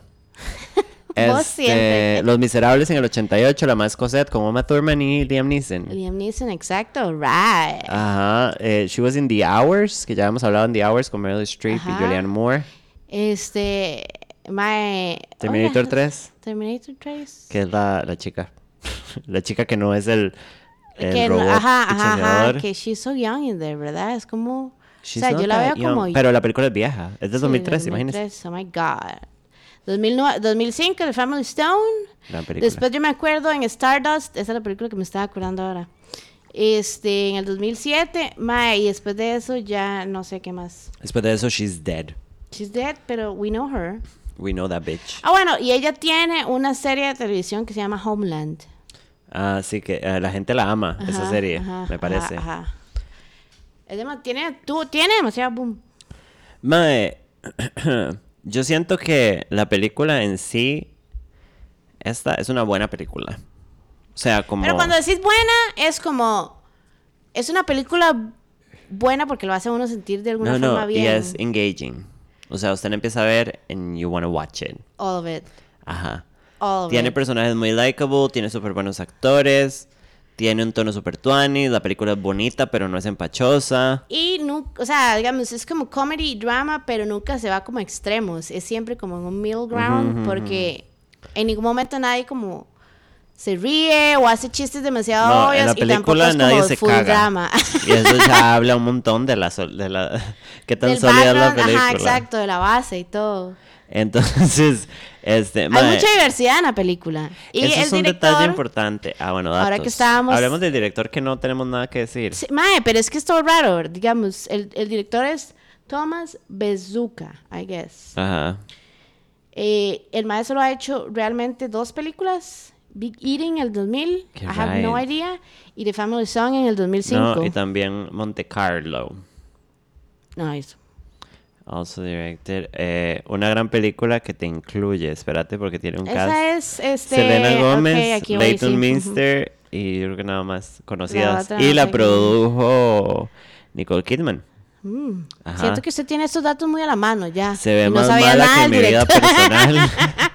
Vos
Este,
siempre.
Los Miserables en el 88, La Más Cosette con Uma Thurman y Liam Neeson.
Liam Neeson, exacto, right.
Ajá, eh, She Was in the Hours, que ya hemos hablado en The Hours con Meryl Streep
Ajá.
y Julianne Moore.
Este. Mae.
Terminator
oiga,
3,
Terminator 3.
que es la, la chica. la chica que no es el, el
que no-
robot
ajá, ajá, ajá,
diseñador.
que she's so young in there, ¿verdad? Es como,
She's
o sea,
not
yo la veo
that young,
como
Pero la película es vieja, es de
sí,
2003, imagínense.
2003, Oh my god. 2009, 2005 The Family Stone.
Gran película.
Después yo me acuerdo en Stardust, esa es la película que me estaba acordando ahora. Este, en el 2007, mae, y después de eso ya no sé qué más.
Después de eso, she's dead.
She's dead, pero we know her.
We know that bitch.
Ah, bueno, y ella tiene una serie de televisión que se llama Homeland.
Así que eh, la gente la ama, esa
Ah. Ajá,
serie,
ajá,
me
ajá,
parece.
ajá. Es dema- tiene, tú, tiene demasiado boom.
Mae, yo siento que la película en sí, esta es una buena película. O sea, como...
Pero cuando decís buena, es como. Es una película buena porque lo hace a uno sentir de alguna
no,
forma
no,
bien.
y es engaging. O sea, usted la empieza a ver and you want to watch it.
All of it.
Ajá.
All of
Tiene
it.
personajes muy likable, tiene súper buenos actores, tiene un tono súper tuani, la película es bonita pero no es empachosa.
Y nu- o sea, digamos, es como comedy y drama, pero nunca se va como a extremos. Es siempre como en un middle ground, porque en ningún momento nadie como se ríe o hace chistes demasiado
No,
obvios
en la
y tampoco
película
es
nadie
como
se
full
caga.
drama.
Y eso ya habla un montón de la, sol- de la qué tan
Del
sólida es la
background,
película.
Ajá, exacto, de la base y todo.
Entonces, este, mae,
Hay mucha diversidad en la película. Y
eso
el
es un
director,
detalle importante. Ah, bueno, datos.
Ahora que estábamos-
Hablemos del director que no tenemos nada que decir.
Sí, mae, pero es que es todo raro. Digamos, el, el director es Thomas Bezuka, I guess.
Ajá.
Eh, el maestro ha hecho realmente dos películas. Big Eating en el 2000,
Qué
I Have No
ride.
Idea, y The Family Song en el 2005.
No, y también Monte Carlo.
No, eso.
Also directed. eh, una gran película que te incluye. Espérate porque tiene un cast.
Esa es este,
Selena
ok,
Gómez,
aquí voy,
Leighton
sí, ujú.
Minster y yo creo que nada más conocidas.
otra
y
no
la
sé quién.
produjo Nicole Kidman.
Mm.
Ajá.
Siento que usted tiene estos datos muy a la mano ya.
Se ve
Y
más
sabía
mala
nada
que
del
mi vida
director.
personal.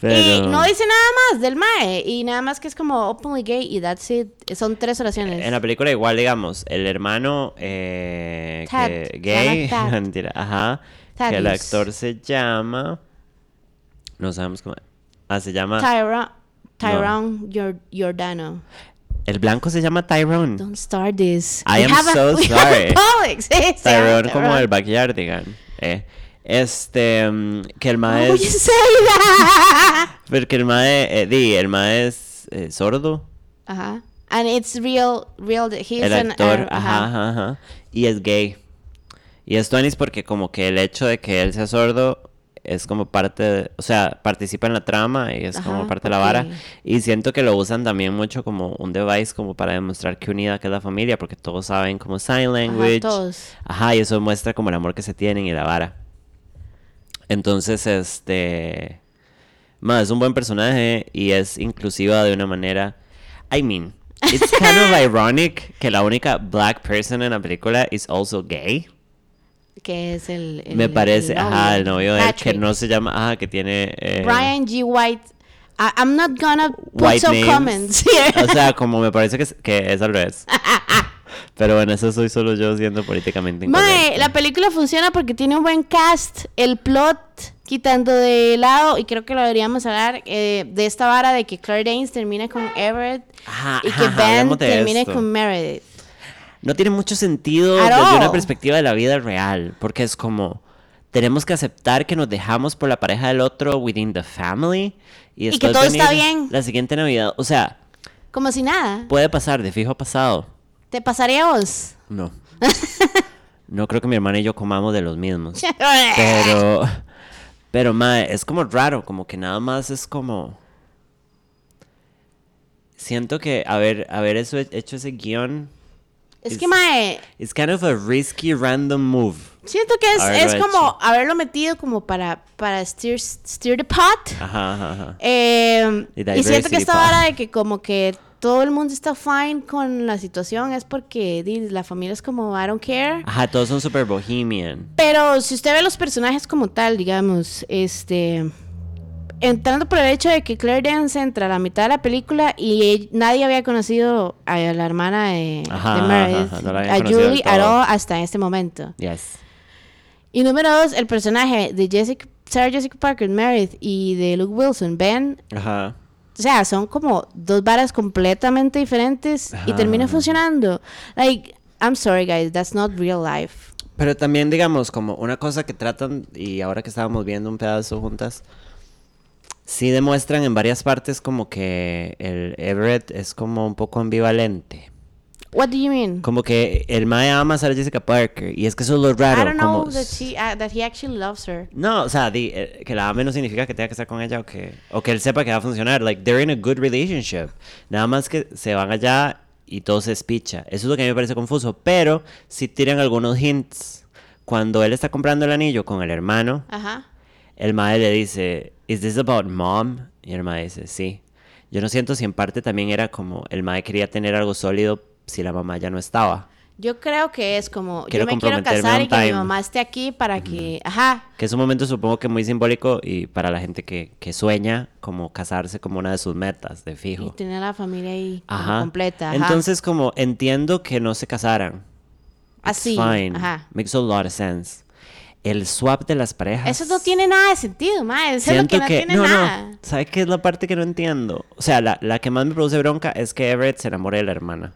Y no dice nada más del Mae. Y nada más que es como openly gay y that's it. Son tres oraciones.
En la película igual, digamos, el hermano eh, que-
Ted,
gay,
se llama Ted.
mentira, ajá, que el
Thaddeus.
actor se llama, no sabemos cómo, ah, se llama,
Tyra-
No.
Tyrone Gior- Giordano.
el blanco se llama Tyrone,
Don't start this.
I
We
am
have a-
so
we have a
sorry.
public. Sí, se llama
Tyrone como el backyardigan, eh, este, mm, que el
How
mae
would you
es,
say that?
porque el mae, eh, di, el mae es eh, sordo,
Ajá. Uh-huh. And it's real, real. that He's
el
an-
actor,
uh,
ah, ajá, ajá, ajá, y es gay. Y es Tuanis porque como que el hecho de que él sea sordo es como parte, de- o sea, participa en la trama y es como
Ajá,
parte de la vara.
ok.
Y siento que lo usan también mucho como un device como para demostrar que unida que es la familia, porque todos saben como sign language.
todos.
Ajá, y eso muestra como el amor que se tienen y la vara. Entonces, este... Ma, es un buen personaje y es inclusiva de una manera. I mean, it's kind of ironic que la única black person en la película is also gay.
Que es el. el-
Me
el
parece, ajá, el novio de él, que
Patrick.
no se llama, ajá, que tiene. eh,
Brian G. White. I- I'm not gonna put
white
some
names.
comments here.
O sea, como me parece que es, que es al revés. Pero bueno, eso soy solo yo siendo políticamente
Mae,
incorrecto.
la película funciona porque tiene un buen cast, el plot quitando de lado, y creo que lo deberíamos hablar, eh, de esta vara de que Claire Danes termina con Everett
Ajá,
y
ajá,
que
ajá,
Ben
hablemos de
termine
esto.
con Meredith.
No tiene mucho sentido
At
desde una
all.
perspectiva de la vida real, porque es como tenemos que aceptar que nos dejamos por la pareja del otro within the family y,
que
después
todo está
venir
bien.
La siguiente Navidad, o sea,
Como si nada.
puede pasar, de fijo ha pasado.
¿Te pasaría a vos?
No. no creo que mi hermana y yo comamos de los mismos. Pero, pero, mae, es como raro, como que nada más es como. Siento que haber, haber eso, hecho ese guión.
es que, Mae,
It's kind of a risky random move.
siento que es,
Haberlo
es
hecho.
como haberlo metido como para, para steer, steer the pot.
Ajá, ajá, ajá.
Eh,
Y
y siento
diversity
que esta
pod.
vara de que como que todo el mundo está fine con la situación es porque di, la familia es como I don't care.
Ajá, todos son super bohemian.
Pero si usted ve los personajes como tal, digamos, este entrando por el hecho de que Claire Danes entra a la mitad de la película y ell- nadie había conocido a la hermana de,
Ajá,
de
ajá,
Meredith,
ajá, no la habían
a
conocido del
Julie at
todo.
all hasta este momento.
Yes.
Y número dos, el personaje de Jessica, Sarah Jessica Parker, Meredith y de Luke Wilson, Ben,
Ajá.
o sea, son como dos varas completamente diferentes y termina
Ajá.
funcionando. Like, I'm sorry, guys, that's not real life.
Pero también, digamos, como una cosa que tratan, y ahora que estábamos viendo un pedazo juntas, sí demuestran en varias partes como que el Everett es como un poco ambivalente.
What do you mean?
Como que el Mae ama a Sarah Jessica Parker, y es que eso es lo raro.
I don't know
como-
that, she, uh, that he actually loves her.
No, o sea, di- eh, que la ame no significa que tenga que estar con ella o que, o que él sepa que va a funcionar. Like, they're in a good relationship. Nada más que se van allá y todo se espicha. Eso es lo que a mí me parece confuso. Pero sí tiran algunos hints. cuando él está comprando el anillo con el hermano,
Ajá.
el mae le dice, ¿Is this about mom? Y el mae dice, sí. Yo no siento si en parte también era como el mae quería tener algo sólido si la mamá ya no estaba.
Yo creo que es como,
Quiero
yo me quiero
comprometerme
casar y
on
que mi
time.
mamá esté aquí para que, ajá,
Que es un momento supongo que muy simbólico y para la gente que, que sueña como casarse como una de sus metas, de
y
fijo.
tener a la familia ahí como
Ajá.
completa. ajá.
Entonces como entiendo que no se casaran. It's
así,
fine.
ajá.
Makes a lot of sense. El swap de las parejas.
Eso no tiene nada de sentido, ma, eso es lo
Siento
que no tiene nada.
¿Sabes qué es la parte que no entiendo? O sea, la, la que más me produce bronca es que Everett se enamore de la hermana.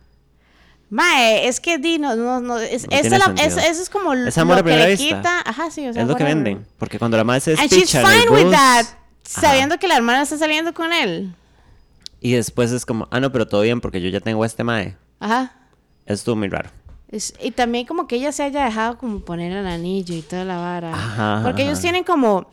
Mae, eh, es que di, no, no, no, es,
No
esa
tiene
la-
sentido.
es- eso es como
Es amor a
lo que
primera
le
vista.
quita, ajá, sí, o sea,
es lo que
whatever.
venden. Porque cuando la madre se
And she's
despicha en el
fine with
bus,
that,
ajá,
sabiendo que la hermana está saliendo con él.
y después es como, ah, no, pero todo bien porque yo ya tengo a este mae.
Ajá.
Estuvo muy raro.
Es- y también como que ella se haya dejado como poner el anillo y toda la vara.
Ajá, ajá,
Porque ellos
ajá.
tienen como,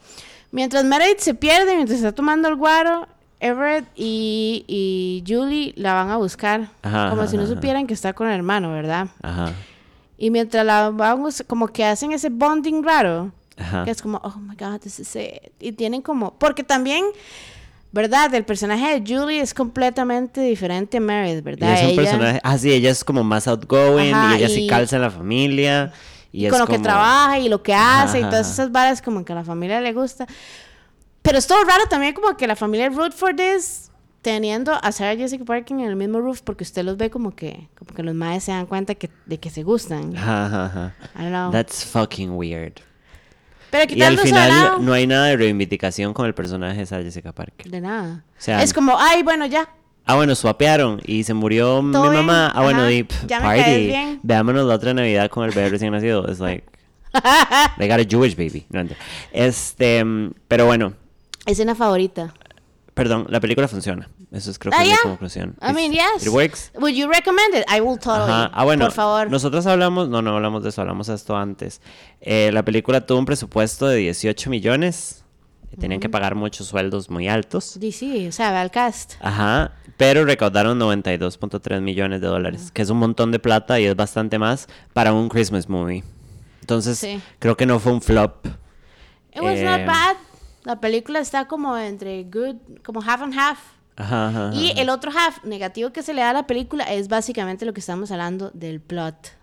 mientras Meredith se pierde, mientras está tomando el guaro, Everett y, y Julie la van a buscar.
Ajá,
como
ajá,
si no
ajá.
supieran que está con el hermano, ¿verdad?
Ajá.
Y mientras la vamos, como que hacen ese bonding raro.
Ajá.
Que es como, oh my god, this is it. Y tienen como. Porque también, ¿verdad? El personaje de Julie es completamente diferente a Meredith,
Y
¿verdad?
es un
Ella-
personaje. Ah, sí, ella es como más outgoing
Ajá,
y ella
y-
sí calza en la familia. Y,
y
es
con lo que
como-
trabaja y lo que
Ajá,
hace y
ajá,
todas
ajá.
esas varas, como que a la familia le gusta. Pero es todo raro también, como que la familia Rutherford es teniendo a Sarah Jessica Parker en el mismo roof, porque usted los ve como que, como que los madres se dan cuenta que, de que se gustan.
Ajá, ajá, ajá.
I don't know.
That's fucking weird. Y
Pero
al
quitando eso de lado-
final no hay nada de reivindicación con el personaje de Sarah Jessica Parker.
De nada.
O sea,
es como, ay, bueno, ya.
Ah, bueno, swapearon y se murió mi
Todo bien,
mamá. Ah, bueno,
ajá,
deep
ya me caes
party.
bien.
Veámonos la otra Navidad con el bebé recién nacido. Es like, they got a Jewish baby. No, entiendo. este, mm, pero bueno,
Escena favorita.
perdón, la película funciona. Eso es creo que
Ah,
mi
yeah.
conclusión.
I mean,
It's-
yes.
It works.
Would you recommend it? I will totally.
Ajá. Ah, bueno,
Por favor.
nosotros hablamos, no, no hablamos de eso, hablamos de esto antes. Eh, la película tuvo un presupuesto de 18 millones. Tenían que
Mm.
pagar muchos sueldos muy altos.
Sí, sí, o sea, ve al cast.
Ajá, pero recaudaron 92.3 millones de
Ah.
dólares, que es un montón de plata y es bastante más para un Christmas movie. Entonces,
Sí.
creo que no fue un flop.
It was not
Eh,
bad. La película está como entre good, como half and half.
Ajá, ajá,
Y
ajá.
el otro half negativo que se le da a la película es básicamente lo que estamos hablando del plot.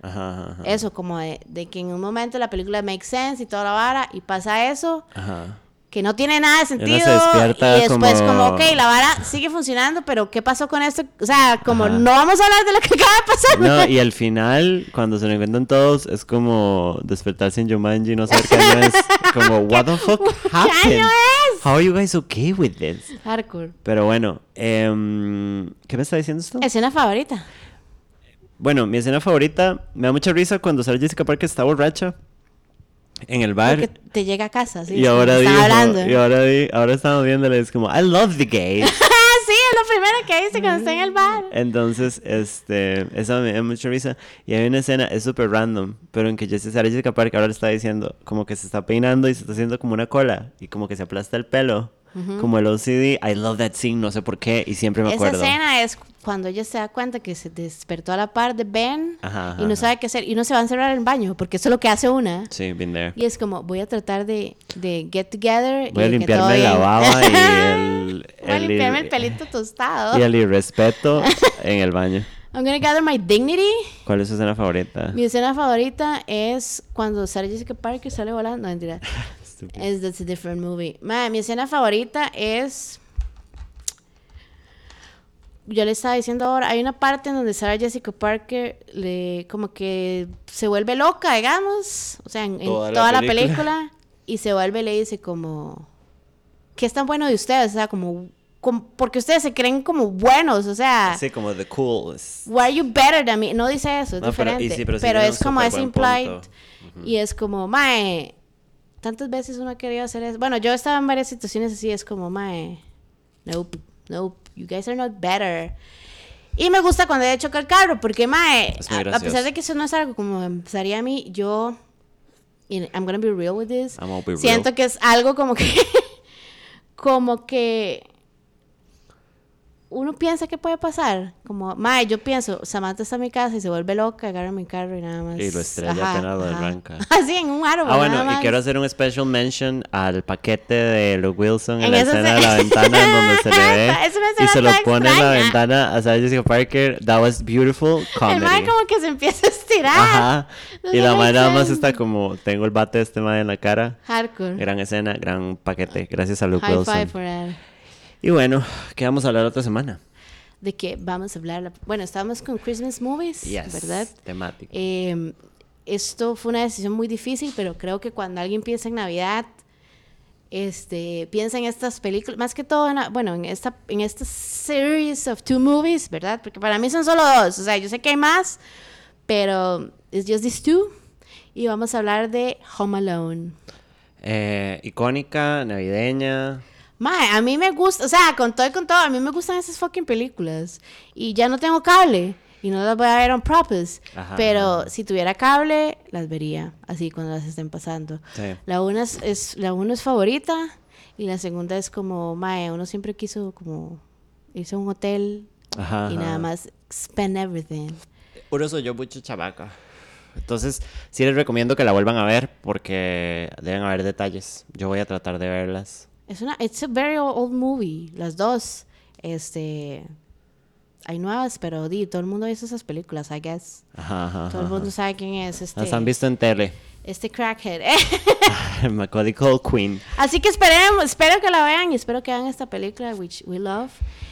Ajá, ajá, ajá.
Eso, como de, de que en un momento la película makes sense y toda la vara, y pasa eso,
Ajá.
que no tiene nada de
uno
sentido.
se despierta
y después
como-
como... ok, la vara sigue funcionando, pero ¿qué pasó con esto? O sea, como
Ajá.
no vamos a hablar de lo que acaba de pasar.
No, y al final, cuando se lo inventan todos, es como despertarse en Jumanji, no saber qué año es. Como, what the fuck happened?
¿Qué año es?
How are you guys okay with this?
Hardcore.
Pero bueno, em, ¿qué me está diciendo esto?
Escena favorita.
Bueno, mi escena favorita me da mucha risa cuando Sarah Jessica Parker está borracha en el bar.
Porque te llega a casa, sí.
y ahora
Están
dijo-
hablando.
y ahora di- ahora estamos viéndole, es como, I love the gays.
Ah, sí, es lo primero que dice cuando está en el
Mm,
bar.
Entonces, este, esa me da mucha risa. Y hay una escena, es súper random, pero en que Jessie- Sarah Jessica Parker ahora le está diciendo, como que se está peinando y se está haciendo como una cola, y como que se aplasta el pelo. Como el OCD, I love that scene, no sé por qué, y siempre me
Esa
acuerdo.
escena es cuando ella se da cuenta que se despertó a la par de Ben
Ajá, ajá,
y no
ajá.
sabe qué hacer. Y no se va a encerrar en el baño, porque eso es lo que hace una.
Sí, been there.
Y es como, voy a tratar de, de get together.
Voy a
y de que todo
limpiarme la
bien.
baba y el-
voy a
el-
limpiarme el pelito tostado.
Y el irrespeto en el baño.
I'm gonna gather my dignity.
¿Cuál es su escena favorita?
Mi escena favorita es cuando Sarah Jessica Parker sale volando. No, mentira.
Estúpido.
Es That's a Different Movie. Ma, mi escena favorita es. Yo le estaba diciendo ahora, hay una parte en donde Sarah Jessica Parker le como que se vuelve loca, digamos, o sea, en, en toda,
Toda la
la, película.
película.
y se vuelve y le dice como, ¿qué es tan bueno de ustedes? O sea, como, como- porque ustedes se creen como buenos, o sea,
Sí, como the coolest.
Why are you better than me? No dice eso, es
No, pero- y
diferente. Pero,
sí, pero sí tiene
es
un
como es
súper buen
implied.
punto.
Y es como, mae, tantas veces uno ha querido hacer eso. Bueno, yo estaba en varias situaciones así, es como, mae, nope, nope, you guys are not better. Y me gusta cuando ella choca el carro, porque mae,
Es muy
a, a
gracioso.
pesar de que eso no es algo como empezaría a mí, yo, y I'm gonna be real with this,
I'm gonna be real.
siento que es algo como que, como que uno piensa que puede pasar. Como, mae, yo pienso, Samantha está en mi casa y se vuelve loca, agarra mi carro y nada más.
Y lo estrella apenas lo arranca.
Así, en un árbol.
Ah,
nada
bueno, y
más.
quiero hacer un special mention al paquete de los Wilson en,
En
la
esa
escena
escena-
de la ventana en donde se le ve
Es una
y
escena
se lo
tan
pone en la
extraña.
ventana a Sarah Jessica Parker. That was beautiful
El mae
comedy.
como que se empieza a estirar.
Ajá.
No
Y
se
la
lo
madre nada más
entiendo.
está como, tengo el bate de este madre en la cara.
Hardcore.
Gran escena, gran paquete. Gracias a Luke
High five
Wilson.
for her.
Y bueno, ¿qué vamos a hablar otra semana?
De que vamos a hablar. la- Bueno, estábamos con Christmas movies,
Yes.
¿verdad?
Temático.
Eh, esto fue una decisión muy difícil, pero creo que cuando alguien piensa en Navidad, este, piensa en estas películas, más que todo, en la- bueno, en esta, en esta series of two movies, ¿verdad? Porque para mí son solo dos, o sea, yo sé que hay más, pero es just these two. Y vamos a hablar de Home Alone.
Eh, icónica, navideña.
Mae, a mí me gusta, o sea, con todo y con todo, a mí me gustan esas fucking películas. Y ya no tengo cable. Y no las voy a ver on purpose.
Ajá.
Pero si tuviera cable, las vería. Así cuando las estén pasando.
Sí.
La una es, es- la uno es favorita. Y la segunda es como, mae, uno siempre quiso como irse a un hotel.
Ajá.
Y nada
ajá.
más spend everything.
Uno soy yo mucho chavaca. Entonces, sí les recomiendo que la vuelvan a ver porque deben haber detalles. Yo voy a tratar de verlas.
Es una, it's a very old movie. Las dos. Este, hay nuevas, pero di, todo el mundo hizo esas películas, I guess.
Ajá, ajá.
Todo el
ajá.
mundo sabe quién es este,
Las han visto en tele.
este crackhead.
Macaulay Culkin Queen,
Así que esperemos, espero que la vean y espero que vean esta película, which we love.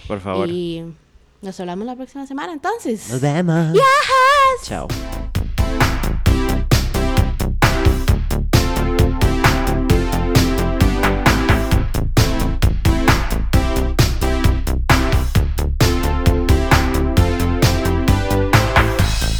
por favor.
Y nos hablamos la próxima semana, entonces.
Nos vemos.
Yes.
Chao.